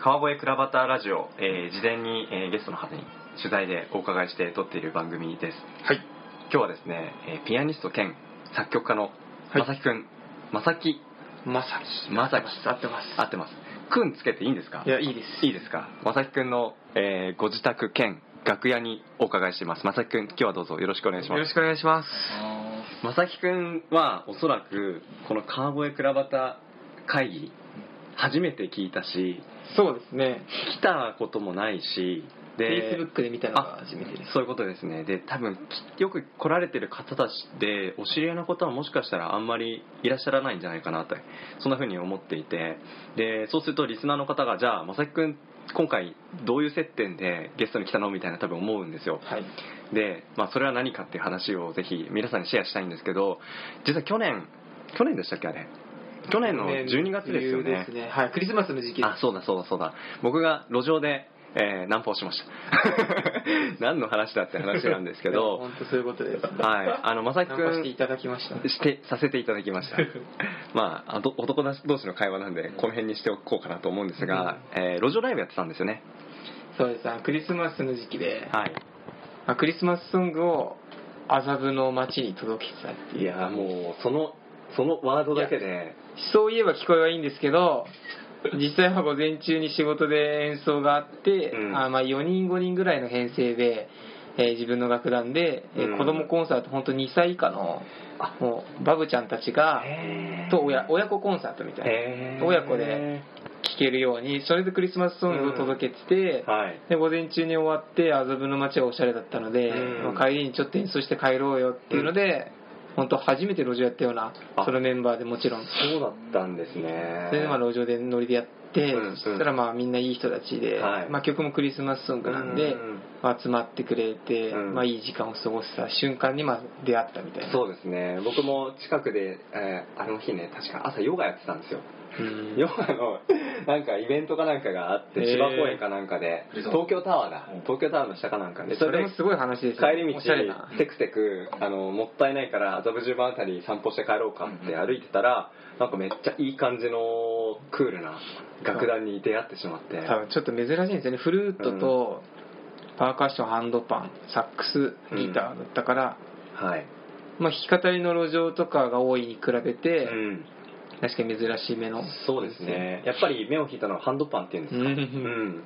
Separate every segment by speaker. Speaker 1: 川越クラバターラジオ、えー事前に、えーゲストの方に取材でお伺いして撮っている番組です
Speaker 2: はい
Speaker 1: 今日はですね、えーピアニスト兼作曲家の
Speaker 2: はい
Speaker 1: まさきくんまさき
Speaker 2: まさき
Speaker 1: まさき
Speaker 2: 合ってます
Speaker 1: 合ってますくんつけていいんですか
Speaker 2: いやいいです
Speaker 1: いいですかまさきくんの、えーご自宅兼楽屋にお伺いしていますまさきくん今日はどうぞよろしくお願いします
Speaker 2: よろしくお願いします
Speaker 1: まさきくんはおそらくこの川越倉端会議初めて聞いたし
Speaker 2: そうですね
Speaker 1: 来たこともないしで
Speaker 2: Facebook で見たのが初めてです
Speaker 1: そういうことですねで多分きよく来られてる方たちでお知り合いの方はもしかしたらあんまりいらっしゃらないんじゃないかなとそんな風に思っていてでそうするとリスナーの方がじゃあまさきくん今回どういう接点でゲストに来たのみたいな多分思うんですよ
Speaker 2: はい
Speaker 1: で、まあ、それは何かっていう話をぜひ皆さんにシェアしたいんですけど実は去年去年でしたっけあれ去年の12月ですよ
Speaker 2: 冬
Speaker 1: ね
Speaker 2: ですねはいクリスマスの時期
Speaker 1: あそうだそうだそうだ僕が路上で、えー、ナンパをしました 何の話だって話なんですけど
Speaker 2: 本当 そういうことです
Speaker 1: はいあの正木
Speaker 2: ナンパして
Speaker 1: 君
Speaker 2: いただきました
Speaker 1: してさせていただきましたまああど男同士の会話なんでこの辺にしておこうかなと思うんですが、えー路上ライブやってたんですよね
Speaker 2: そうですあクリスマスの時期で、
Speaker 1: はい
Speaker 2: まあクリスマスソングを麻布の街に届けてたっていう
Speaker 1: いやーもうそのそのワードだけで
Speaker 2: そういえば聞こえはいいんですけど実際は午前中に仕事で演奏があって、
Speaker 1: うん
Speaker 2: あまあ4人5人ぐらいの編成で、えー自分の楽団で、えー
Speaker 1: うん
Speaker 2: 子供コンサート本当2歳以下の
Speaker 1: あ
Speaker 2: もうバブちゃんたちがと親親子コンサートみたいな
Speaker 1: えー
Speaker 2: 親子で聴けるようにそれでクリスマスソングを届けてて、
Speaker 1: はい
Speaker 2: で午前中に終わって麻布の街はおしゃれだったので、
Speaker 1: うん
Speaker 2: まあ帰りにちょっと演奏して帰ろうよっていうので、本当初めて路上やったような
Speaker 1: あ
Speaker 2: そのメンバーでもちろん
Speaker 1: そうだったんですね
Speaker 2: それでまあ路上でノリでやって、
Speaker 1: うんうん
Speaker 2: そしたらまあみんないい人たちで、
Speaker 1: はい
Speaker 2: まあ、曲もクリスマスソングなんで、
Speaker 1: うん
Speaker 2: まあ集まってくれて、
Speaker 1: うん
Speaker 2: まあ、いい時間を過ごした瞬間にまあ出会ったみたい な
Speaker 1: そうですね僕も近くで、えーあの日ね確か朝ヨガやってたんですよ
Speaker 2: うん
Speaker 1: ヨガの なんかイベントかなんかがあって
Speaker 2: へー
Speaker 1: 芝公園かなんかで東京タワーだ東京タワーの下かなんかで
Speaker 2: そ
Speaker 1: それ
Speaker 2: れ
Speaker 1: で
Speaker 2: もすごい話ですよ
Speaker 1: 帰り道
Speaker 2: おしゃれな
Speaker 1: テクテクあのもったいないから麻布十番あたり散歩して帰ろうかって歩いてたらなんかめっちゃいい感じのクールな楽団に出会ってしまって
Speaker 2: 多分ちょっと珍しいんですよねフルートとパーカッションハンドパンサックスギターだったから、
Speaker 1: はい、
Speaker 2: まあ、弾き語りの路上とかが多いに比べ
Speaker 1: う
Speaker 2: て、
Speaker 1: ん、
Speaker 2: 確かに珍しい目の
Speaker 1: そうですねやっぱり目を引いたのはハンドパンっていうんです
Speaker 2: う
Speaker 1: か
Speaker 2: ん
Speaker 1: うん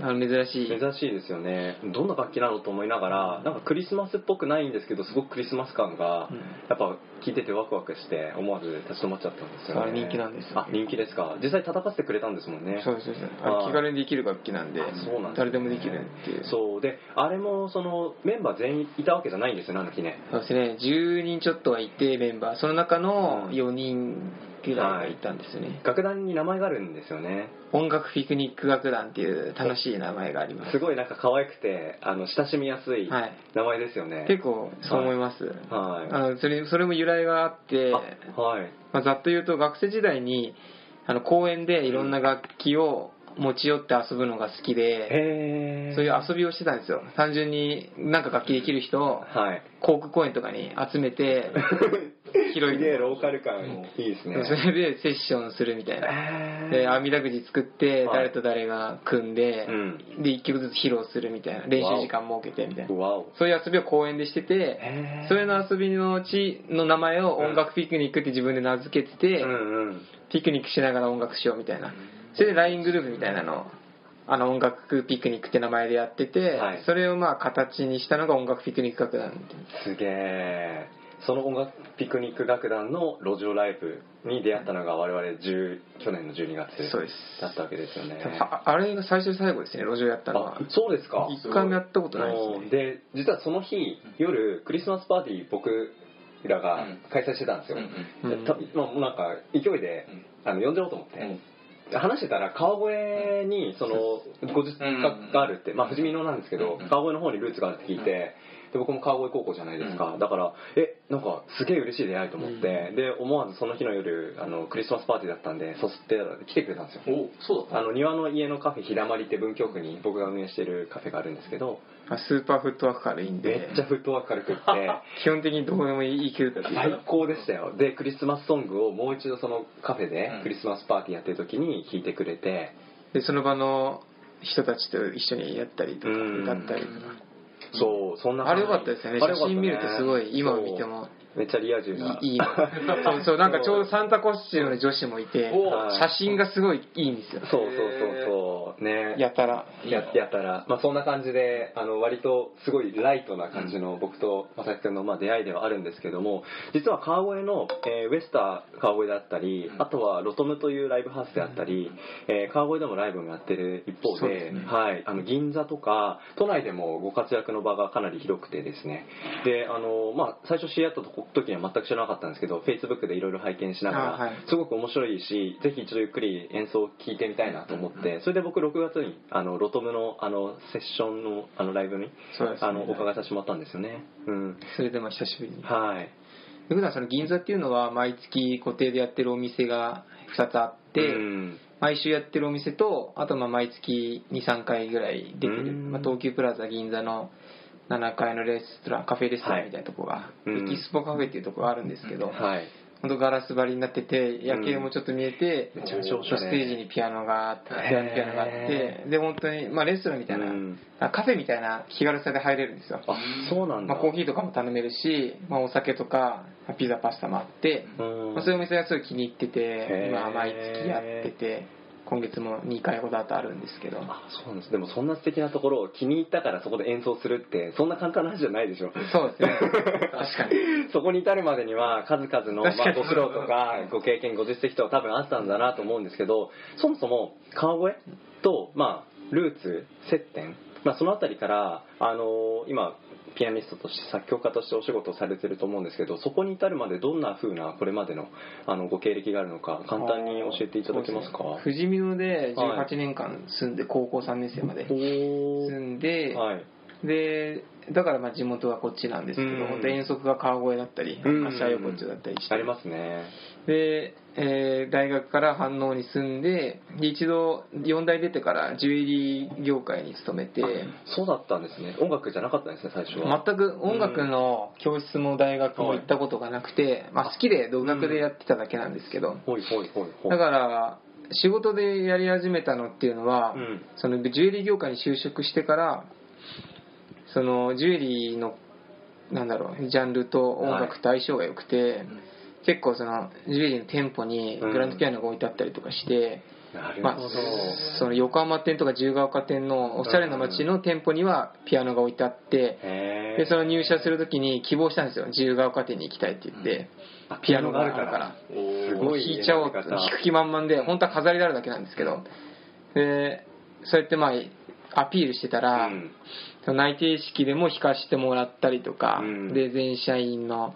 Speaker 2: あの珍しい
Speaker 1: 珍しいですよねどんな楽器なのと思いながらなんかクリスマスっぽくないんですけどすごくクリスマス感が
Speaker 2: うん
Speaker 1: やっぱ聞いててワクワクして思わず立ち止まっちゃったんですよ
Speaker 2: あれ
Speaker 1: ね
Speaker 2: 人気なんですよ
Speaker 1: あ人気ですか実際叩かせてくれたんですもんね
Speaker 2: そうですそうですあ
Speaker 1: あー
Speaker 2: れ気軽にできる楽器なんで
Speaker 1: あそうなんですね
Speaker 2: 誰でもできるっていう
Speaker 1: そうであれもそのメンバー全員いたわけじゃないんですよねあの日ね
Speaker 2: そうですね10人ちょっとはいてメンバーその中
Speaker 1: う
Speaker 2: の
Speaker 1: ん
Speaker 2: 4人ぐらいがいたんですよね、
Speaker 1: 楽団に名前があるんですよね
Speaker 2: 音楽ピクニック楽団っていう楽しい名前があります
Speaker 1: すごいなんか可愛くてあの親しみやすい
Speaker 2: はい
Speaker 1: 名前ですよね、
Speaker 2: 結構そう思います、
Speaker 1: はい
Speaker 2: あのそれそれも由来があって
Speaker 1: あはい
Speaker 2: まあ、ざっと言うと学生時代にあの公園でいろんな楽器を持ち寄って遊ぶのが好きで、
Speaker 1: へえ
Speaker 2: そういう遊びをしてたんですよ単純になんか楽器できる人を
Speaker 1: はい
Speaker 2: 航空公園とかに集め て広い
Speaker 1: すげえローカル感いいです
Speaker 2: そ
Speaker 1: ね
Speaker 2: れでセッションするみたいな
Speaker 1: え
Speaker 2: で網だくじ作って
Speaker 1: はい
Speaker 2: 誰と誰が組んで、
Speaker 1: う
Speaker 2: で1曲ずつ披露するみたいな練習時間設けてみたいな
Speaker 1: わお
Speaker 2: そういう遊びを公園でしててそれの遊びのうちの名前を音楽ピクニックって自分で名付けてて、
Speaker 1: うんうん
Speaker 2: ピクニックしながら音楽しようみたいなそれで LINE グループみたいなのをあの音楽ピクニックって名前でやってて、
Speaker 1: はい
Speaker 2: それをまあ形にしたのが音楽ピクニック楽団って
Speaker 1: すげえその音楽ピクニック楽団の路上ライブに出会ったのが我々10去年の12月
Speaker 2: そうです
Speaker 1: だったわけですよね
Speaker 2: ああれが最初で最後ですね路上やったのは
Speaker 1: あそうですか
Speaker 2: 一回もやったことないですね
Speaker 1: で実はその日夜クリスマスパーティー僕らが開催してたんですよ、
Speaker 2: うん
Speaker 1: でたまあもうなんか勢いであの呼んじゃおうと思って、話してたら川越にそのご実家があるって、まあ、富士見野なんですけど、
Speaker 3: うん
Speaker 1: 川越の方にルーツがあるって聞いて、で僕も川越高校じゃないですか、だからえなんかすげえ嬉しい出会いと思って、で思わずその日の夜あのクリスマスパーティーだったんでそって来てくれたんですよ
Speaker 3: おそうだ
Speaker 1: あ
Speaker 3: っ
Speaker 1: の庭の家のカフェ「ひだまり」って文京区に僕が運営してるカフェがあるんですけど
Speaker 2: まあスーパーフットワーク軽いん
Speaker 1: め
Speaker 2: で
Speaker 1: っちゃフットワーク軽くって。
Speaker 2: 基本的にどこでも行けるっていう
Speaker 1: 最高でしたよでクリスマスソングをもう一度そのカフェで
Speaker 3: うん
Speaker 1: クリスマスパーティーやってる時に聴いてくれて、
Speaker 2: でその場の人たちと一緒にやったりとか
Speaker 1: うん
Speaker 2: 歌ったりとか
Speaker 1: そうそんな
Speaker 2: あ
Speaker 1: 感
Speaker 2: れ
Speaker 1: じ
Speaker 2: 良かったですよね
Speaker 1: あれ良か
Speaker 2: 写
Speaker 1: ったね
Speaker 2: 真見るとすごい今見て
Speaker 1: そ
Speaker 2: も
Speaker 1: うめっちゃリア充ない
Speaker 2: いいいそうそうなんかちょうどサンタコスチュームの女子もいて
Speaker 3: お
Speaker 1: はい
Speaker 2: 写真がすごいいいんですよ
Speaker 1: そうそうそうそうね
Speaker 2: やたら
Speaker 1: やってやったら、まあ、そんな感じであの割とすごいライトな感じの僕と正輝くんのまあ出会いではあるんですけども実は川越の、えーウェスター川越であったり
Speaker 3: うん
Speaker 1: あとはロトムというライブハウスであったり、えー川越でもライブもやってる一方
Speaker 2: そう
Speaker 1: で
Speaker 2: ですね
Speaker 1: はい、あの銀座とか都内でもご活躍の場がかなり広くてですねであの、まあ、最初知り合ったとこ時には全く知らなかったんですけど Facebook でいろいろ拝見しながら、
Speaker 2: あはい
Speaker 1: すごく面白いしぜひ一度ゆっくり演奏を聴いてみたいなと思って、
Speaker 3: うん
Speaker 1: それで僕6月にあのロトムのあのセッションのあのライブに
Speaker 2: そうですね
Speaker 1: あのお伺いさせてもらったんですよねうん
Speaker 2: それでも久しぶりに
Speaker 1: はい
Speaker 2: で普段その銀座っていうのは毎月固定でやってるお店が2つあって、
Speaker 1: うん
Speaker 2: 毎週やってるお店とあとまあ毎月23回ぐらい出てる、
Speaker 1: うん
Speaker 2: まあ、東急プラザ銀座の7階のレストランカフェレストランみたいなとこが、
Speaker 1: うん
Speaker 2: エキスポカフェっていうとこがあるんですけど、
Speaker 1: はい
Speaker 2: 本当ガラス張りになってて夜景もちょっと見えて、
Speaker 1: めちゃめちゃおしゃれ
Speaker 2: ステージにピアノがあってピア
Speaker 1: へー
Speaker 2: ノがあってで本当にまあレストランみたいな、
Speaker 1: うん
Speaker 2: あカフェみたいな気軽さで入れるんですよ
Speaker 1: あそうなんだ、
Speaker 2: まあ、コーヒーとかも頼めるし、まあ、お酒とかまあピザパスタもあって、
Speaker 1: うん
Speaker 2: まあ、そういうお店がすごい気に入ってて
Speaker 1: へー
Speaker 2: 今毎月やってて今月も2回ほどあとあるんで すけど
Speaker 1: あそうなんですでもそんな素敵なところを気に入ったからそこで演奏するってそんな簡単な話じゃないでしょ
Speaker 2: そうですね確かに
Speaker 1: そこに至るまでには数々の、ま
Speaker 2: 確か
Speaker 1: あ、
Speaker 2: に
Speaker 1: ご苦労とかご経験ご実績とか多分あったんだなと思うんですけどそもそも川越と、まあ、ルーツ接点、まあ、その辺りから、あの今ピアニストとして作曲家としてお仕事をされてると思うんですけどそこに至るまでどんな風なこれまでのあのご経歴があるのか 簡単に教えていただけますか
Speaker 2: そうですね富士見野で
Speaker 1: はい
Speaker 2: 18年間住んで高校3年生ま
Speaker 1: お
Speaker 2: で住
Speaker 1: ー
Speaker 2: んで、
Speaker 1: はい
Speaker 2: でだからまあ地元はこっちなんですけど、
Speaker 1: うん
Speaker 2: 本当遠足が川越だったり
Speaker 1: うん
Speaker 2: 柏横丁だったりして、
Speaker 1: ありますね
Speaker 2: で、えー大学から飯能に住んでで一度四大出てからジュエリー業界に勤めて
Speaker 1: そうだったんですね音楽じゃなかったんですね最初は
Speaker 2: 全く音楽の教室も大学も行ったことがなくて、まあ、好きで独学でやってただけなんですけど、
Speaker 1: ほいほいほいほい
Speaker 2: だから仕事でやり始めたのっていうのは、
Speaker 1: うん
Speaker 2: そのジュエリー業界に就職してからそのジュエリーのなんだろうジャンルと音楽と相性が良くて、結構そのジュエリーの店舗にグランドピアノが置いてあったりとかして、
Speaker 1: なる
Speaker 2: まあ
Speaker 1: ほど、
Speaker 2: その横浜店とか自由が丘店のおしゃれな街の店舗にはピアノが置いてあって、
Speaker 1: へー
Speaker 2: でその入社するときに希望したんですよ自由が丘店に行きたいって言って、
Speaker 1: あ
Speaker 2: ピアノがあるから
Speaker 1: す
Speaker 2: も
Speaker 1: ご
Speaker 2: う
Speaker 1: い
Speaker 2: 弾いちゃおうって
Speaker 1: 選び方
Speaker 2: 弾く気満々で本当は飾りであるだけなんですけどでそうやってまあアピールしてたら、
Speaker 1: うん
Speaker 2: その内定式でも弾かしてもらったりとか、
Speaker 1: うん
Speaker 2: で全社員の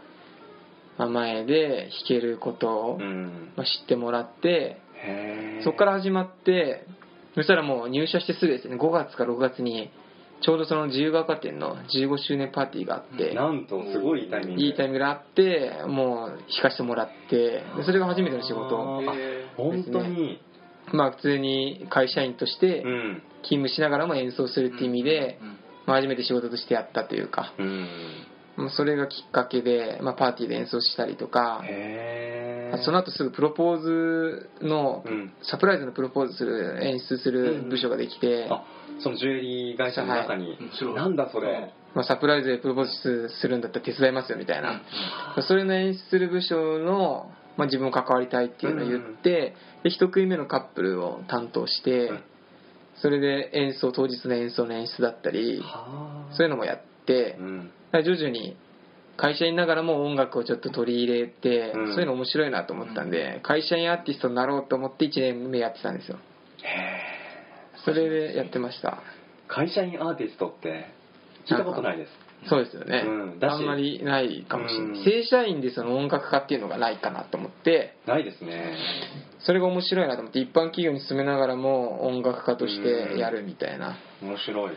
Speaker 2: 前で弾けることを、
Speaker 1: うん
Speaker 2: まあ、知ってもらって
Speaker 1: へー
Speaker 2: そこから始まってそしたらもう入社してすぐですね5月か6月にちょうどその自由が丘店の15周年パーティーがあって、
Speaker 1: なんとすごいいいタイミング
Speaker 2: いいタイミングがあってもう弾かしてもらってでそれが初めての仕事
Speaker 1: あ本当に、
Speaker 2: まあ普通に会社員として
Speaker 1: うん
Speaker 2: 勤務しながらも演奏するっていう意味で、まあ、初めて仕事としてやったというか、
Speaker 1: うん
Speaker 2: まあ、それがきっかけで、まあ、パーティーで演奏したりとか
Speaker 1: へー
Speaker 2: その後すぐプロポーズの
Speaker 1: うん
Speaker 2: サプライズのプロポーズする演出する部署ができて、
Speaker 1: あそのジュエリー会社の中に、なんだそれ、
Speaker 2: まあ、サプライズでプロポーズするんだったら手伝いますよみたいな、それの演出する部署の、まあ、自分も関わりたいっていうのを言って、で一組目のカップルを担当して、
Speaker 1: うん
Speaker 2: それで演奏当日の演奏の演出だったり
Speaker 1: はー
Speaker 2: そういうのもやって
Speaker 1: う、ん
Speaker 2: だから徐々に会社員ながらも音楽をちょっと取り入れて、
Speaker 1: うん
Speaker 2: そういうの面白いなと思ったんで、会社員アーティストになろうと思って1年目やってたんですよそれでやってました
Speaker 1: 会社員アーティストって聞いたことないです
Speaker 2: そうですよね、
Speaker 1: うんだし
Speaker 2: あんまりないかもしれない、
Speaker 1: うん
Speaker 2: 正社員でその音楽家っていうのがないかなと思って
Speaker 1: ないですね
Speaker 2: それが面白いなと思って一般企業に勤めながらも音楽家としてやるみたいな、
Speaker 1: 面白い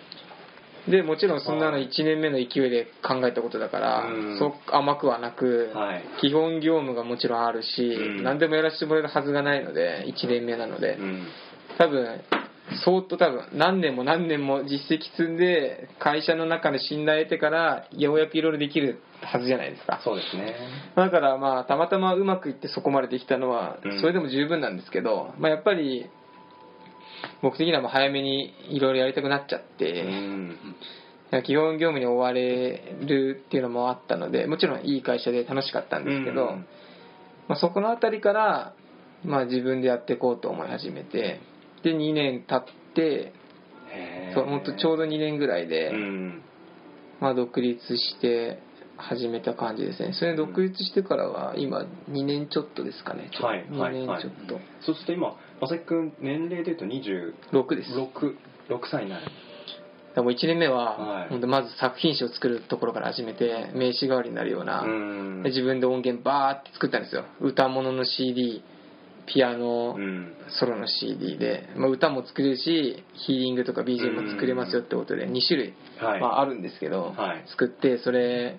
Speaker 2: でもちろんそんな
Speaker 1: は
Speaker 2: の1
Speaker 1: い
Speaker 2: 年目の勢いで考えたことだから、
Speaker 1: うん
Speaker 2: そう甘くはなく、
Speaker 1: はい
Speaker 2: 基本業務がもちろんあるし、
Speaker 1: うん
Speaker 2: 何でもやらせてもらえるはずがないので1年目なので、
Speaker 1: うん
Speaker 2: 多分相当多分何年も何年も実績積んで会社の中で信頼得てからようやくいろいろできるはずじゃないですか
Speaker 1: そうですね
Speaker 2: だからまあたまたまうまくいってそこまでできたのは
Speaker 1: うん
Speaker 2: それでも十分なんですけど、まあ、やっぱり僕的にはもう早めにいろいろやりたくなっちゃっ
Speaker 1: う
Speaker 2: て、
Speaker 1: ん
Speaker 2: 基本業務に追われるっていうのもあったのでもちろんいい会社で楽しかったんですけ
Speaker 1: う
Speaker 2: ど、
Speaker 1: ん
Speaker 2: まあ、そこのあたりから、まあ、自分でやっていこうと思い始めてで2年経って
Speaker 1: へー
Speaker 2: そうもっとちょうど2年ぐらいで、
Speaker 1: うん
Speaker 2: まあ、独立して始めた感じですねそれで独立してからは今2年ちょっとですかねちょ
Speaker 1: はい
Speaker 2: 2
Speaker 1: はい
Speaker 2: 年
Speaker 1: はい
Speaker 2: ちょっと、
Speaker 1: そして今まさきくん年齢でいうと26
Speaker 2: 6ですだか
Speaker 1: 6歳になる
Speaker 2: らもう1年目は、
Speaker 1: はい
Speaker 2: 本当まず作品集を作るところから始めて名刺代わりになるような、
Speaker 1: うん
Speaker 2: 自分で音源バーって作ったんですよ歌物の CD ピアノ、
Speaker 1: うん
Speaker 2: ソロの CD で、まあ、歌も作れるしヒーリングとか BGM も作れますよってことで2種類、
Speaker 1: はい
Speaker 2: まあ、あるんですけど、
Speaker 1: はい
Speaker 2: 作ってそれ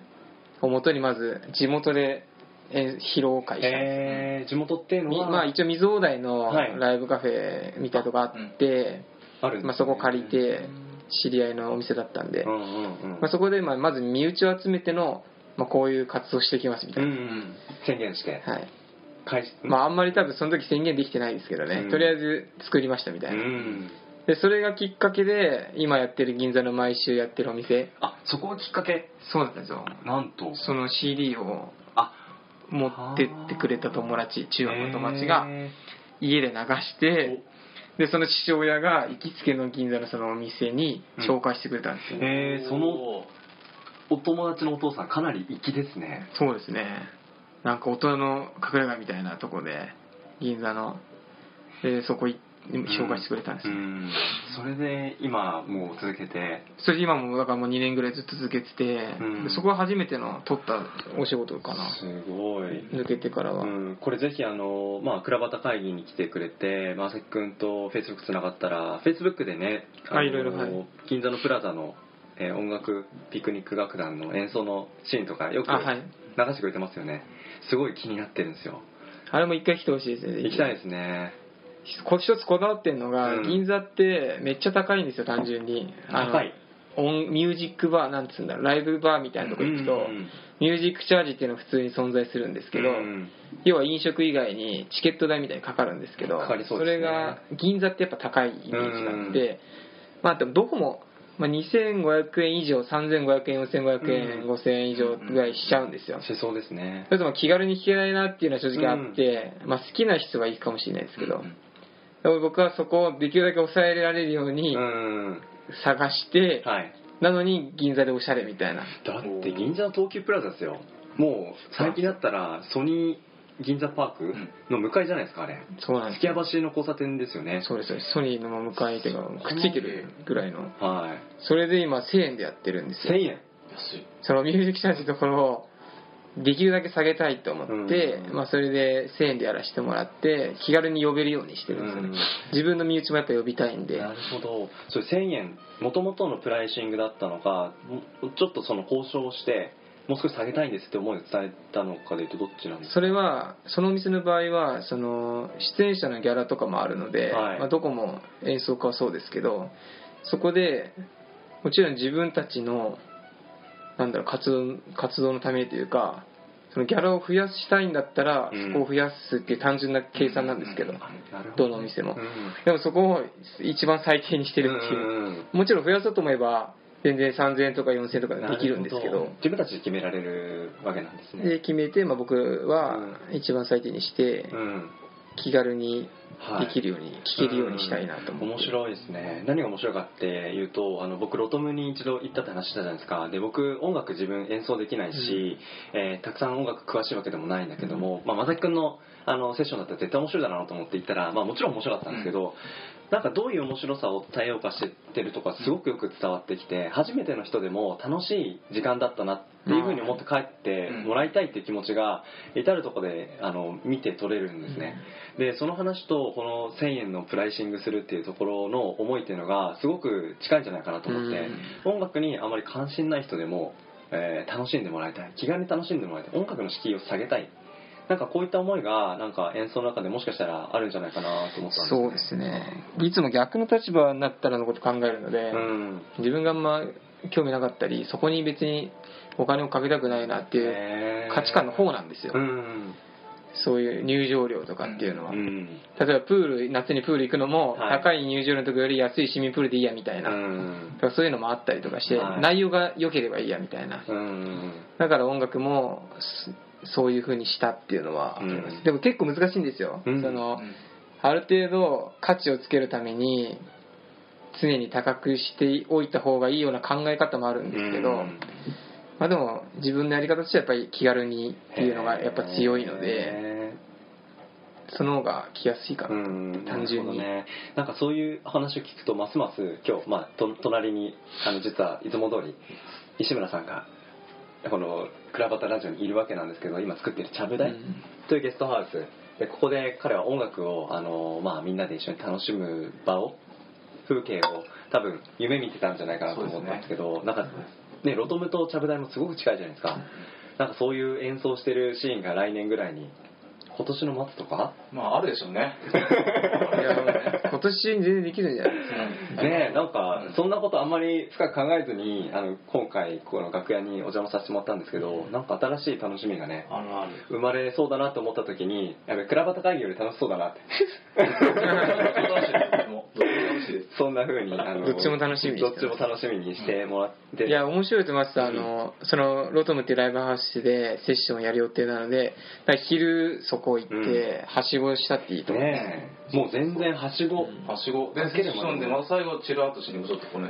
Speaker 2: をもとにまず地元でえー披露会したんです
Speaker 1: えー地元っていうの
Speaker 2: み
Speaker 1: は
Speaker 2: まあ、一応水大台の
Speaker 1: はい
Speaker 2: ライブカフェみたいなとこあって、
Speaker 1: あるんですね
Speaker 2: まあ、そこ借りて知り合いのお店だったんで、
Speaker 1: うんうんうん
Speaker 2: まあ、そこでまあまず身内を集めての、まあ、こういう活動していきますみた
Speaker 1: う
Speaker 2: い
Speaker 1: んう
Speaker 2: な、
Speaker 1: ん宣言して
Speaker 2: はい
Speaker 1: 開始
Speaker 2: まあ、あんまり多分その時宣言できてないですけどね、
Speaker 1: うん
Speaker 2: とりあえず作りましたみた
Speaker 1: う
Speaker 2: いな、
Speaker 1: ん
Speaker 2: でそれがきっかけで今やってる銀座の毎週やってるお店
Speaker 1: あそこがきっかけ
Speaker 2: そうだったんですよ
Speaker 1: なんと
Speaker 2: その CD を
Speaker 1: あ
Speaker 2: 持ってってくれた友達中学の友達が
Speaker 1: へ
Speaker 2: 家で流してでその父親が行きつけの銀座のそのお店に紹介してくれたんです
Speaker 1: ー
Speaker 2: よ、
Speaker 1: へーそのお友達のお父さんかなり粋ですね
Speaker 2: そうですねなんか大人の隠れ家みたいなとこで銀座のでそこい紹介してくれたんです
Speaker 1: う
Speaker 2: よ、
Speaker 1: んそれで今もう続けて
Speaker 2: それで今もだからもう2年ぐらいずっと続けてて、
Speaker 1: うん
Speaker 2: でそこが初めての取ったお仕事かな
Speaker 1: すごい
Speaker 2: 抜けてからは、
Speaker 1: うん、これぜひあの、まあ、倉端会議に来てくれて、まあ、せっくんとフェイスブックつながったらフェイスブックでねあの
Speaker 2: あいろいろはい
Speaker 1: 銀座のプラザの、えー音楽ピクニック楽団の演奏のシーンとかよく
Speaker 2: あはい
Speaker 1: 流してくれてますよね、すごい気になってるんですよ
Speaker 2: あれも一回来てほしいですね
Speaker 1: 行きたいですね
Speaker 2: こ一つこだわってんのが、
Speaker 1: うん
Speaker 2: 銀座ってめっちゃ高いんですよ単純にあの
Speaker 1: 高い
Speaker 2: 音ミュージックバーなんつうんだろうライブバーみたいなとこ行くと、
Speaker 1: うんうん
Speaker 2: ミュージックチャージっていうのが普通に存在するんですけど、
Speaker 1: うん
Speaker 2: 要は飲食以外にチケット代みたいにかかるんですけど
Speaker 1: かかりそうですね
Speaker 2: れが銀座ってやっぱ高いイメージがあって、まあでもどこも、まあ、2500円以上3500円4500円、
Speaker 1: うん
Speaker 2: 5000円以上ぐらいしちゃうんですよ、
Speaker 1: しそうですね
Speaker 2: それとも気軽に弾けないなっていうのは正直あって、まあ、好きな人はいいかもしれないですけど、でも僕はそこをできるだけ抑えられるよう
Speaker 1: う
Speaker 2: に
Speaker 1: ん
Speaker 2: 探して、
Speaker 1: はい
Speaker 2: なのに銀座でおしゃれみたいな
Speaker 1: だって銀座の東急プラザですよもう最近だったらソニー銀座パークの向かいじゃないですかあれ
Speaker 2: そうなんです
Speaker 1: 月
Speaker 2: よ
Speaker 1: 屋橋の交差点ですよね
Speaker 2: そうですそうですソニーの向かい手がくっついてるぐらいの
Speaker 1: は
Speaker 2: それで今1000円でやってるんです
Speaker 1: い1000
Speaker 2: よ
Speaker 1: 円
Speaker 3: 安い
Speaker 2: そのミュージックチャージのところをできるだけ下げたいと思って、
Speaker 1: うん
Speaker 2: まあ、それで1000円でやらせてもらって気軽に呼べるようにしてるんですよね、
Speaker 1: うん
Speaker 2: 自分の身内もやっぱ呼びたいんで
Speaker 1: なるほどそれ1000円もともとのプライシングだったのかもちょっとその交渉をしてもう少し下げたいんですって思いを伝えたのかでいうとどっちなんですか
Speaker 2: それはそのお店の場合はその出演者のギャラとかもあるので、
Speaker 1: はい
Speaker 2: まあ、どこも演奏家はそうですけどそこでもちろん自分たちのなんだろう活動活動のためというかそのギャラを増やしたいんだったら、
Speaker 1: うん
Speaker 2: そこを増やすっていう単純な計算なんですけど、
Speaker 1: あなるほ
Speaker 2: ど
Speaker 1: ど
Speaker 2: のお店も、
Speaker 1: うん
Speaker 2: でもそこを一番最低にしてるっていう、
Speaker 1: うん
Speaker 2: もちろん増やそうと思えば全然3000円とか4000円とかでできるんですけ
Speaker 1: な
Speaker 2: ど
Speaker 1: ほ自分たちで決められるわけなんですね
Speaker 2: で決めて、まあ、僕は一番最低にして、
Speaker 1: うん
Speaker 2: 気軽に
Speaker 1: はい
Speaker 2: できるように、聞けるようにしたいなと思って、
Speaker 1: 面白いですね何が面白いかっていうとあの僕ロトムに一度行ったって話したじゃないですかで僕音楽自分演奏できないし、えーたくさん音楽詳しいわけでもないんだけども、まあ、正木君のあのセッションだったら絶対面白いだろうなと思って行ったら、まあ、もちろん面白かったんですけど、なんかどういう面白さを伝えようかしてってるとかすごくよく伝わってきて初めての人でも楽しい時間だったなっていうふうに思って帰ってもらいたいっていう気持ちが至るとこであの見て取れるんですね、でその話とこの1000円のプライシングするっていうところの思いっていうのがすごく近いんじゃないかなと思って、音楽にあまり関心ない人でも、えー楽しんでもらいたい気軽に楽しんでもらいたい音楽の敷居を下げたいなんかこういった思いがなんか演奏の中でもしかしたらあるんじゃないかなと思ったんです
Speaker 2: そうですねいつも逆の立場になったらのこと考えるので、
Speaker 1: うん
Speaker 2: 自分があんま興味なかったりそこに別にお金をかけたくないなっていう
Speaker 1: へー
Speaker 2: 価値観の方なんですよ、
Speaker 1: うん
Speaker 2: そういう入場料とかっていうのは、
Speaker 1: うん
Speaker 2: 例えばプール夏にプール行くのも、
Speaker 1: はい
Speaker 2: 高い入場料のとこより安い市民プールでいいやみたいな、
Speaker 1: うん
Speaker 2: だからそういうのもあったりとかして、
Speaker 1: はい
Speaker 2: 内容が良ければいいやみたいな、
Speaker 1: うん
Speaker 2: だから音楽もそそういう風にしたっていうのはあります、
Speaker 1: うん
Speaker 2: でも結構難しいんですよ、
Speaker 1: うん
Speaker 2: その、
Speaker 3: うん
Speaker 2: ある程度価値をつけるために常に高くしておいた方がいいような考え方もあるんですけど、
Speaker 1: うん
Speaker 2: まあでも自分のやり方としてはやっぱり気軽にっていうのがやっぱ強いので
Speaker 1: へー
Speaker 2: その方が来やすいかな、
Speaker 1: うん
Speaker 2: 単
Speaker 1: なる
Speaker 2: 純に
Speaker 1: ほどねなんかそういう話を聞くとますます今日、まあ、と隣にあの実はいつも通り西村さんがこの「クラバタラジオ」にいるわけなんですけど今作ってる「ちゃぶ台」
Speaker 2: うん
Speaker 1: というゲストハウスでここで彼は音楽をあの、まあ、みんなで一緒に楽しむ場を風景を多分夢見てたんじゃないかなと思ったんですけどなんかねロトムとちゃぶ台もすごく近いじゃないですかなんかそういう演奏してるシーンが来年ぐらいに今年の末とか
Speaker 3: まああるでしょうね。
Speaker 2: いや今年全然できるんじゃないですか
Speaker 1: ねえなんか
Speaker 3: うん
Speaker 1: そんなことあんまり深く考えずにあの今回この楽屋にお邪魔させてもらったんですけどなんか新しい楽しみがね
Speaker 3: あのある。
Speaker 1: 生まれそうだなと思った時にやべクラバタ会議より楽しそうだなって
Speaker 3: もうどっちも楽しいです。
Speaker 1: そんな風にあの
Speaker 2: どっちも楽しみにして
Speaker 1: ど
Speaker 2: ま
Speaker 1: っ
Speaker 2: す
Speaker 1: ちも楽しみにしてもらって、
Speaker 2: いや面白いと思いますあのそのロトムっていうライブハウスでセッションをやる予定なのでだから昼そこ行って、
Speaker 1: う
Speaker 2: はしごしたっていいと思う、
Speaker 1: ねえもう全然はしご、
Speaker 3: はしご。で、セッションで、また最後、チルアウトしにもちょっとこれ、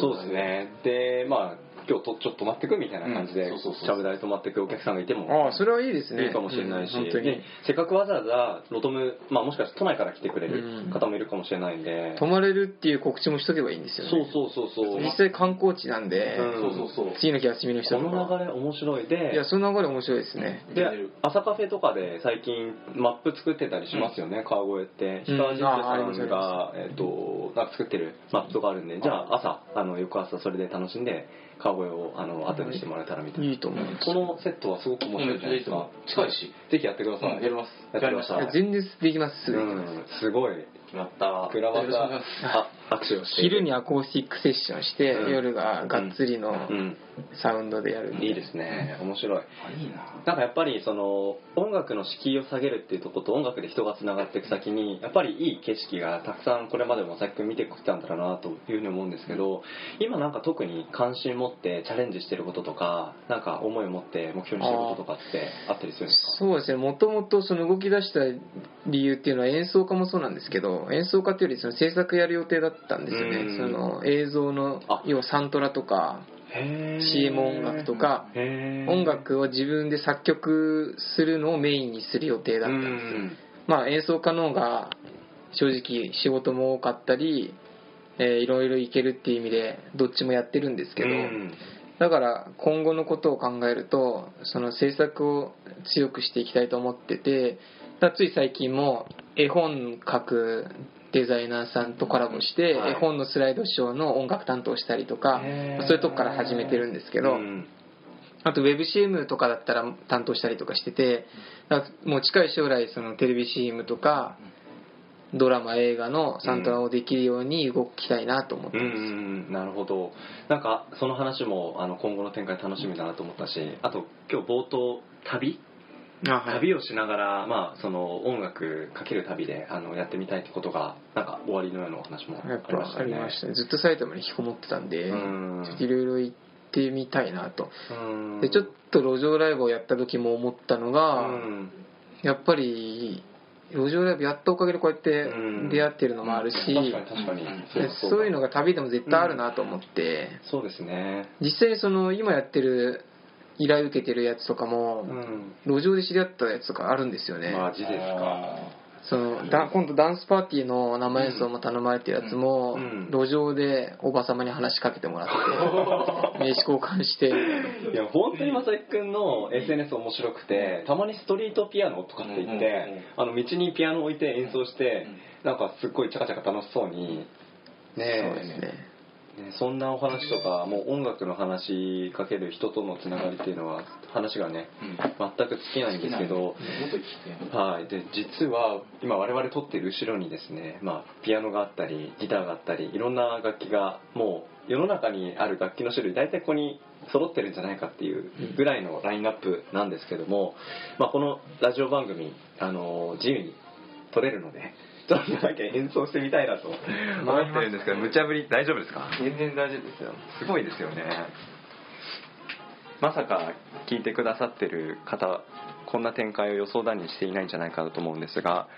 Speaker 1: そうです。ねでまあ今日とちょっと泊まってくみたいな感じで
Speaker 3: うんそうそうそう
Speaker 1: ちゃぶ台泊まってくお客さんがいても
Speaker 2: ああそれはいいです
Speaker 1: い
Speaker 2: ね
Speaker 1: いかもしれないし、
Speaker 2: うん本当に、
Speaker 1: ねせっかくわざわざロトム、まあ、もしかしたら都内から来てくれ
Speaker 2: うん
Speaker 1: る方もいるかもしれないんで、
Speaker 2: 泊まれるっていう告知もしとけばいいんですよね
Speaker 1: そうそうそうそう
Speaker 2: 実際観光地なんで、
Speaker 1: うん
Speaker 3: そうそうそう。
Speaker 2: 次の日休みの人
Speaker 1: この流れ面白いで
Speaker 2: いやその流れ面白いですね
Speaker 1: で
Speaker 3: 見れる
Speaker 1: 朝カフェとかで最近マップ作ってたりしますよね、川越って
Speaker 2: うん
Speaker 1: 氷川神
Speaker 2: ああり
Speaker 1: 社
Speaker 2: ます
Speaker 1: さんが、えっとなんか作ってるマップとかあるんでじゃあ朝あの翌朝それで楽しんで川越をあの後にしてもらえたらみたいな、
Speaker 2: いいと思います
Speaker 1: このセットはすごく面白いじゃないですか、
Speaker 3: うん近いし
Speaker 1: ぜひやってください、
Speaker 3: うんやります
Speaker 1: やってください
Speaker 3: や
Speaker 2: い
Speaker 3: り
Speaker 2: や全然できます、
Speaker 1: うん、すごい
Speaker 3: 決まった。
Speaker 1: クラバタ
Speaker 3: よろしく
Speaker 1: あ握手をして
Speaker 2: 昼にアコースティックセッションして、
Speaker 1: うん
Speaker 2: 夜ががっつりの
Speaker 1: うん
Speaker 2: サウンドでやるんで、
Speaker 1: いいですね面白い
Speaker 3: お願いします
Speaker 1: なんかやっぱりその音楽の敷居を下げるっていうとこと音楽で人がつながっていく先にやっぱりいい景色がたくさんこれまでもさっき見てきたんだろうなというふうに思うんですけど今なんか特に関心持ってチャレンジしてることとかなんか思いを持って目標にしてることとかってあったりするんです
Speaker 2: そうですねもともとその動き出した理由っていうのは演奏家もそうなんですけど演奏家っていうよりその制作やる予定だったんですよ
Speaker 1: う
Speaker 2: ね
Speaker 1: ん
Speaker 2: その映像の
Speaker 1: あ
Speaker 2: 要はサントラとか
Speaker 1: かへー
Speaker 2: CM 音楽とか
Speaker 1: へー
Speaker 2: 音楽を自分で作曲するのをメインにする予定だ
Speaker 1: う
Speaker 2: ったんですよ
Speaker 1: ん
Speaker 2: まあ、演奏家の方が正直仕事も多かったり、えーいろいろいけるっていう意味でどっちもやってるんですけど、
Speaker 1: うん
Speaker 2: だから今後のことを考えるとその制作を強くしていきたいと思っててだからつい最近も絵本書くデザイナーさんとコラボして、
Speaker 1: はい
Speaker 2: 絵本のスライドショーの音楽担当したりとか、
Speaker 1: へー
Speaker 2: まあそういうとこから始めてるんですけ
Speaker 1: う
Speaker 2: ど、
Speaker 1: ん
Speaker 2: あと WebCM とかだったら担当したりとかしててだからもう近い将来そのテレビ CM とかドラマ映画のサントラをできるように動きたいなと思って
Speaker 1: うんうん
Speaker 2: ま
Speaker 1: うんなるほどなんかその話もあの今後の展開楽しみだなと思ったしあと今日冒頭旅
Speaker 2: す、あはい
Speaker 1: 旅をしながら、まあ、その音楽かける旅であのやってみたいってことがなんか終わりのようなお話も
Speaker 2: やっ
Speaker 1: ありました
Speaker 2: ぱあ
Speaker 1: よ
Speaker 2: り
Speaker 1: ね
Speaker 2: ましたねずっと埼玉に引きこもってたんで
Speaker 1: う
Speaker 2: ちょっといろいろ行ってみたいなと
Speaker 1: ん
Speaker 2: でちょっと路上ライブをやった時も思ったの
Speaker 1: とう
Speaker 2: が、
Speaker 1: ん
Speaker 2: やっぱり路上ライブやったおかげでこうやって
Speaker 1: うん
Speaker 2: 出会ってるのもあるし、
Speaker 1: 確かに確かに、
Speaker 3: うん
Speaker 2: でそういうの
Speaker 1: が
Speaker 2: が旅でも絶対あるなと思って、
Speaker 1: そうですね
Speaker 2: 実際にその今やってる依頼受けてるやつとか
Speaker 1: う
Speaker 2: も、
Speaker 1: ん
Speaker 2: 路上で知り合ったやつとかあるんですよね、
Speaker 1: マジですか
Speaker 2: そのだ今度ダンスパーティーの生演奏も頼まれてるやつも、
Speaker 1: うん
Speaker 2: 路上でおば様に話しかけても らって名刺交換して
Speaker 1: いや本当に正木君の SNS 面白くてたまにストリートピアノとかって言って、
Speaker 3: うんうんうん
Speaker 1: あの道にピアノ置いて演奏して、なんかすっごいチャカチャカ楽しそうにねえ
Speaker 2: そうですね
Speaker 1: ね、そんなお話とかもう音楽の話かける人とのつながりっていうのは話がね
Speaker 3: うん
Speaker 1: 全く尽きないんですけど
Speaker 3: 好きなんだもっと聞きたいな
Speaker 1: はい、で実は今我々撮ってる後ろにですね、まあ、ピアノがあったりギターがあったりいろんな楽器がもう世の中にある楽器の種類大体ここに揃ってるんじゃないかっていうぐらいのラインナップなんですけども、まあ、このラジオ番組、あの自由に撮れるのでちょっとだけ演奏してみたいなと思ってるんですけど無茶ぶり大丈夫ですか
Speaker 2: 全然大丈夫ですよ
Speaker 1: すごいですよねまさか聞いてくださってる方こんな展開を予想だにしていないんじゃないかと思うんですが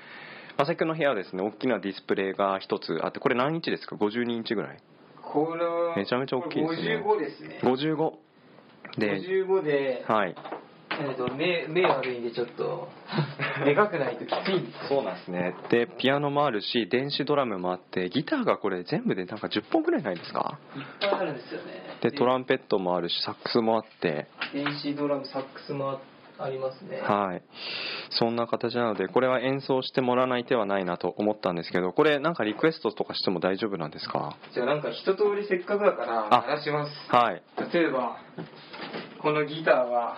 Speaker 1: マサキ君の部屋はですね大きなディスプレイが一つあってこれ何インチですか52インチぐらい
Speaker 2: これは
Speaker 1: めちゃめちゃ大きいですね
Speaker 2: これ55ですね
Speaker 1: 55で
Speaker 2: 55で、
Speaker 1: はい
Speaker 2: えっと目目悪いんでちょっ とでかくないときついんです
Speaker 1: そうなんですねでピアノもあるし電子ドラムもあってギターがこれ全部でなんか10本ぐらいないですか
Speaker 2: いっぱいあるんですよね
Speaker 1: でトラ
Speaker 2: ン
Speaker 1: ンペットもあるしサックスもあって
Speaker 2: 電子ドラムサックスもありますね
Speaker 1: はい、そんな形なのでこれは演奏してもらわない手はないなと思ったんですけどこれなんかリクエストとかしても大丈夫なんですか
Speaker 2: じゃあなんか一通りせっかくだから
Speaker 1: あ
Speaker 2: 鳴らします
Speaker 1: はい
Speaker 2: 例えばこのギターは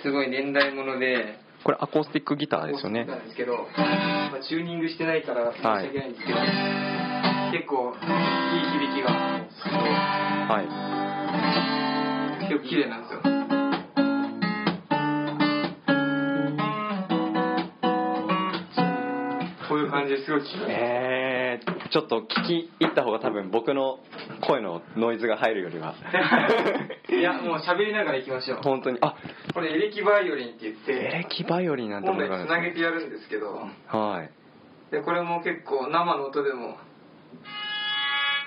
Speaker 2: すごい年代物で
Speaker 1: これアコースティックギターですよね
Speaker 2: なんですけど、まあ、チューニングしてないから申し訳ないんですけど、結構いい響きが
Speaker 1: はい
Speaker 2: 結構綺麗なんですよこういう感じですごい綺
Speaker 1: え
Speaker 2: 麗、
Speaker 1: ー、ちょっと聞き入った方が多分僕の声のノイズが入るよりは
Speaker 2: いやもう喋りながら行きましょう
Speaker 1: 本当にあ
Speaker 2: これエレキバイオリンって言っ
Speaker 1: エレ
Speaker 2: て
Speaker 1: キバイオリンなんて
Speaker 2: 本
Speaker 1: もの
Speaker 2: 来
Speaker 1: があるんで
Speaker 2: つ
Speaker 1: す
Speaker 2: な
Speaker 1: ね
Speaker 2: げてやるんですけど
Speaker 1: はい
Speaker 2: でこれも結構生の音でも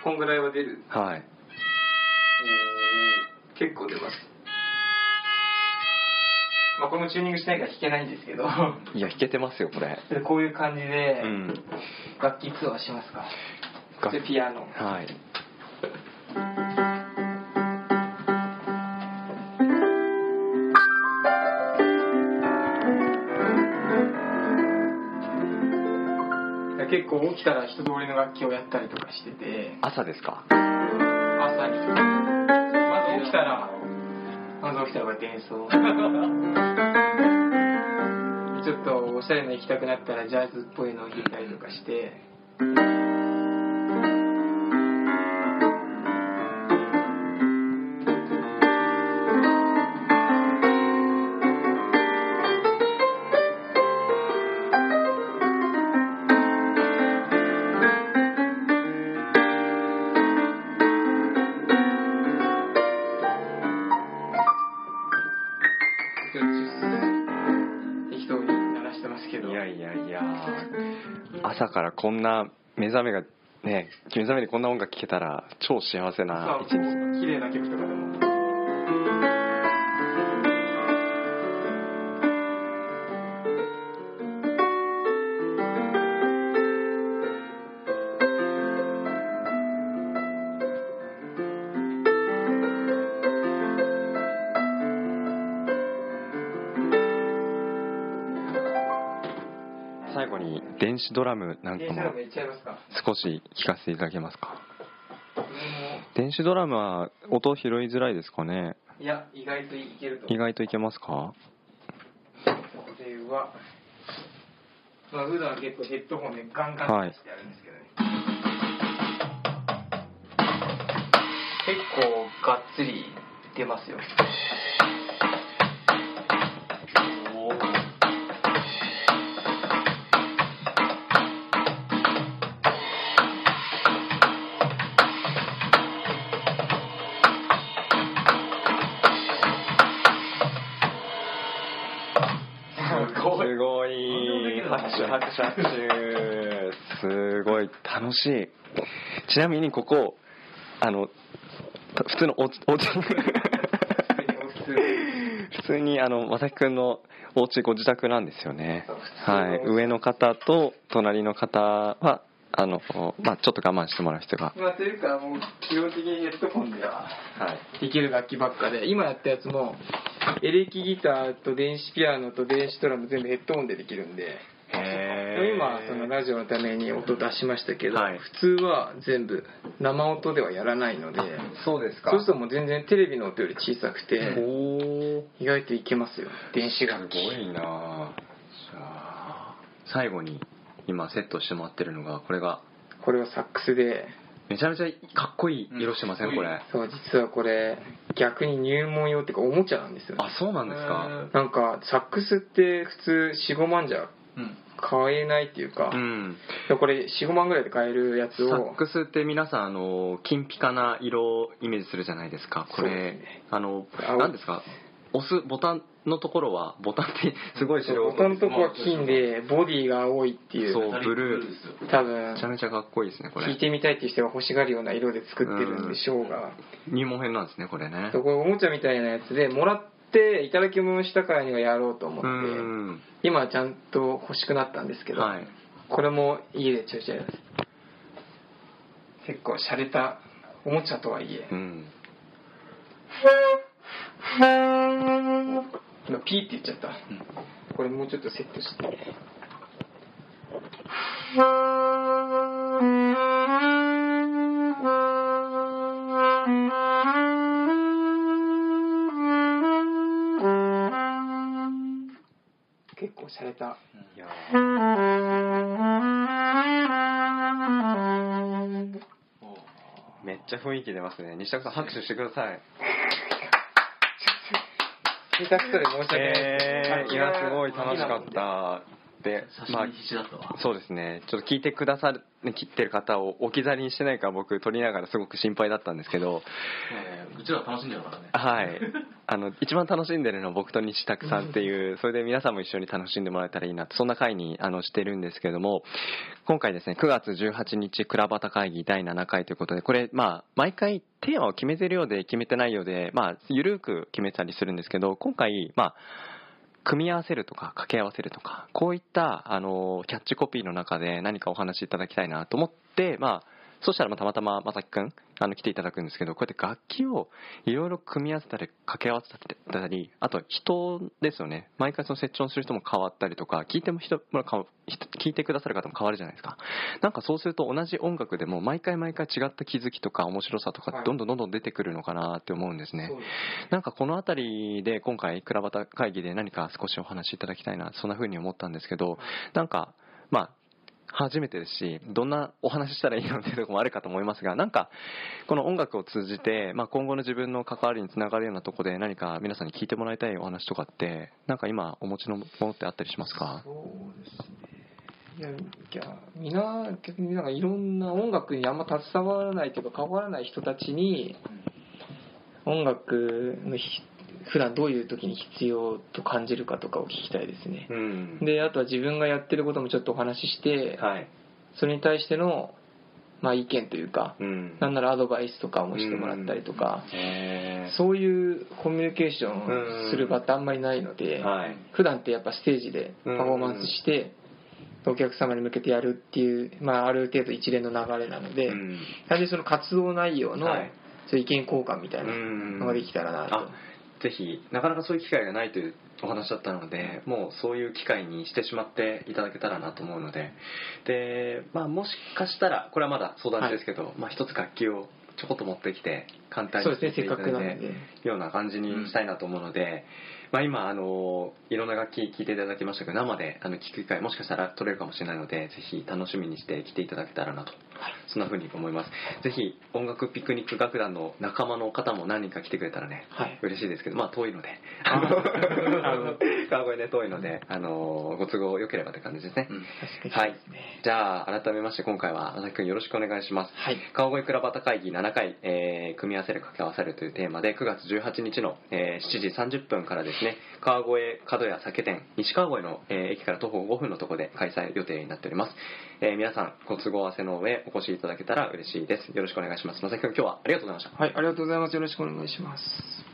Speaker 2: こんぐらいは出る
Speaker 1: はい
Speaker 2: 結構出ますまあこれもチューニングしないから弾けないんですけど
Speaker 1: いや弾けてますよこれ
Speaker 2: でこういう感じ
Speaker 1: う
Speaker 2: で
Speaker 1: ん
Speaker 2: 楽器ツアーしますか、でピアノ
Speaker 1: はい
Speaker 2: 結構起きたら人通りの楽器をやったりとかしてて
Speaker 1: 朝ですか
Speaker 2: 朝にまず起きたらまず起きたらこうやって演奏 ちょっとおしゃれな行きたくなったらジャズっぽいのを弾いたりとかして適当に鳴らしてますけど
Speaker 1: いやいやいや朝からこんな目覚めがね目覚めでこんな音楽聴けたら超幸せな
Speaker 2: そう
Speaker 1: 一日
Speaker 2: 綺麗な曲とかでも
Speaker 1: 最後に電子ドラムなん
Speaker 2: 電
Speaker 1: か
Speaker 2: 車
Speaker 1: も
Speaker 2: でも行っちゃいますか
Speaker 1: 少し聴かせていただけますか
Speaker 2: これも
Speaker 1: 電子ドラムは音拾いづらいですかね
Speaker 2: いや意外といけると
Speaker 1: 意
Speaker 2: 思う
Speaker 1: 外といけますか
Speaker 2: これはまあ普段は結構ヘッドホンでガンガ
Speaker 1: は
Speaker 2: ン
Speaker 1: い
Speaker 2: してやるんですけどね、結構がっつり出ま すよ
Speaker 1: すごい拍手拍手拍手すごい楽しいちなみにここあのた普通のおお家 普通にあのまさきくんのお家ご自宅なんですよねはい上の方と隣の方はあの、まあ、ちょっと我慢してもらう必要が
Speaker 2: まあというかもう基本的にヘッドホンでは
Speaker 1: はい
Speaker 2: できる楽器ばっかで今やったやつもエレキギターと電子ピアノと電子ドラム全部ヘッドホンでできるんで
Speaker 1: へへー
Speaker 2: 今そのラジオのために音出しましたけど、
Speaker 1: はい
Speaker 2: 普通は全部生音ではやらないので
Speaker 4: そうですか
Speaker 2: そうするともう全然テレビの音より小さくて
Speaker 1: おお
Speaker 2: 意外といけますよ電子楽器
Speaker 1: すごいなじゃあ最後に今セットしてもらってるのがこれが
Speaker 2: これはサックスで
Speaker 1: めちゃめちゃかっこいい色してません、
Speaker 3: うん
Speaker 1: これ
Speaker 2: そう実はこれ逆に入門用っていうかおもちゃなんですよ
Speaker 1: あそうなんですか
Speaker 2: なんかサックスって普通45万じゃ
Speaker 3: うん
Speaker 2: 買えないっていうか、
Speaker 1: うん
Speaker 2: これ45万ぐらいで買えるやつ
Speaker 1: サッ
Speaker 2: を
Speaker 1: クスって皆さんあの金ピカな色をイメージするじゃないですかこ
Speaker 2: そう
Speaker 1: れ、
Speaker 2: ですね
Speaker 1: あの
Speaker 2: 青
Speaker 1: 何ですか押すボタンのところはボタンってすごい白
Speaker 2: 元のとこは金でボディが青いっていう
Speaker 1: そうブルー
Speaker 3: ですよ
Speaker 2: 多分
Speaker 1: めちゃめちゃかっこいいですねこ
Speaker 2: 聞い
Speaker 1: れ
Speaker 2: てみたいっていう人が欲しがるような色で作ってるんでしょうが、
Speaker 1: 入門編なんですねこれね
Speaker 2: そうこれおもちゃみたいなやつでもらっていただき物したからにはやろうと思っ
Speaker 1: う
Speaker 2: て、
Speaker 1: ん
Speaker 2: 今はちゃんと欲しくなったんですけど、
Speaker 1: はい
Speaker 2: これも家でちょいちょいやります結構洒落たおもちゃとはいえ
Speaker 1: う、ん
Speaker 2: 今ピーって言っちゃった、これもうちょっとセットして結構洒落た
Speaker 1: いやめっちゃ雰囲気出ますね西田さん拍手してください
Speaker 2: 下手くそで申し訳ないです
Speaker 1: えー、いやすごい楽しかったで
Speaker 3: 刺
Speaker 1: まあ
Speaker 3: 身必死だったわ
Speaker 1: そうですねちょっと聞いてくださる切ってる方を置き去りにしてないか僕撮りながらすごく心配だったんですけど
Speaker 3: ええうちらは楽しんでるからね
Speaker 1: はいあの一番楽しんでるのは僕と西拓さんっていうそれで皆さんも一緒に楽しんでもらえたらいいなってそんな回にあのしてるんですけれども今回ですね9月18日倉端会議第7回ということでこれまあ毎回テーマを決めてるようで決めてないようでまあゆるく決めたりするんですけど今回まあ組み合わせるとか掛け合わせるとかこういったあのキャッチコピーの中で何かお話しいただきたいなと思ってまあそしたらまあたまたままさきくんあの来ていただくんですけどこうやって楽器をいろいろ組み合わせたり掛け合わせたりあと人ですよね毎回そのセッションする人も変わったりとか聞いても人も変わ人聞いてくださる方も変わるじゃないですかなんかそうすると同じ音楽でも毎回毎回違った気づきとか面白さと
Speaker 2: は
Speaker 1: か
Speaker 2: い
Speaker 1: どんどんどんどん出てくるのかなって思うんですね、
Speaker 2: そうです
Speaker 1: なんかこの辺りで今回倉端会議で何か少しお話しいただきたいなそんな風に思ったんですけどなんかまあ初めてですしどんなお話ししたらいいのっていうところもあるかと思いますがなんかこの音楽を通じて、まあ、今後の自分の関わりにつながるようなところで何か皆さんに聞いてもらいたいお話とかってなんか今お持ちのものってあったりしますか
Speaker 2: そうですね。いや、いやみんな、逆になんかいろんな音楽にあんま携わらないというか、関わらない人たちに、音楽のひ普段どういう時に必要と感じるかとかを聞きたいですね。
Speaker 1: うん
Speaker 2: で、あとは自分がやってることもちょっとお話しして、
Speaker 1: はい
Speaker 2: それに対しての、まあ、意見というか、
Speaker 1: うん
Speaker 2: なんならアドバイスとかもしてもらったりとか、
Speaker 1: え
Speaker 2: そういうコミュニケーションをする場ってあんまりないので、
Speaker 1: はい
Speaker 2: 普段ってやっぱステージでパフォーマンスして、お客様に向けてやるっていう、まあ、ある程度一連の流れなので、単純にその活動内容の、
Speaker 1: はい
Speaker 2: そういう意見交換みたいなのがで
Speaker 1: ん
Speaker 2: きたらなと、
Speaker 1: あぜひなかなかそういう機会がないというお話だったのでもうそういう機会にしてしまっていただけたらなと思うのでで、まあ、もしかしたらこれはまだ相談ですけど、まあ、一つ楽器をちょこっと持ってきて簡単に
Speaker 2: そうですね
Speaker 1: 弾
Speaker 2: せっ
Speaker 1: いてい
Speaker 2: か
Speaker 1: た
Speaker 2: く
Speaker 1: だい
Speaker 2: な
Speaker 1: て
Speaker 2: ので、
Speaker 1: ような感じにしたいなと思うので、まあ、今あのいろんな楽器聴いていただきましたけど生であの聴く機会もしかしたら取れるかもしれないのでぜひ楽しみにして来ていただけたらなと、そんな風に思いますぜひ音楽ピクニック楽団の仲間の方も何人か来てくれたらね
Speaker 2: はい
Speaker 1: 嬉しいですけどまあ遠いので
Speaker 2: あ
Speaker 1: あの川越ね遠いのであのご都合良ければって感じですね、
Speaker 3: うん
Speaker 2: 確か
Speaker 1: は
Speaker 2: に
Speaker 1: い
Speaker 2: そうですね
Speaker 1: じゃあ改めまして今回は朝日くんよろしくお願いします
Speaker 2: はい、
Speaker 1: 川越倉端会議7回、えー組み合わせる掛け合わせるというテーマで9月18日の、えー7時30分からですね川越角屋酒店西川越の、えー駅から徒歩5分のところで開催予定になっております、えー皆さんご都合合わせの上お越しいただけたら嬉しいですよろしくお願いしますまさきくん今日はありがとうございました
Speaker 2: はい、ありがとうございますよろしくお願いします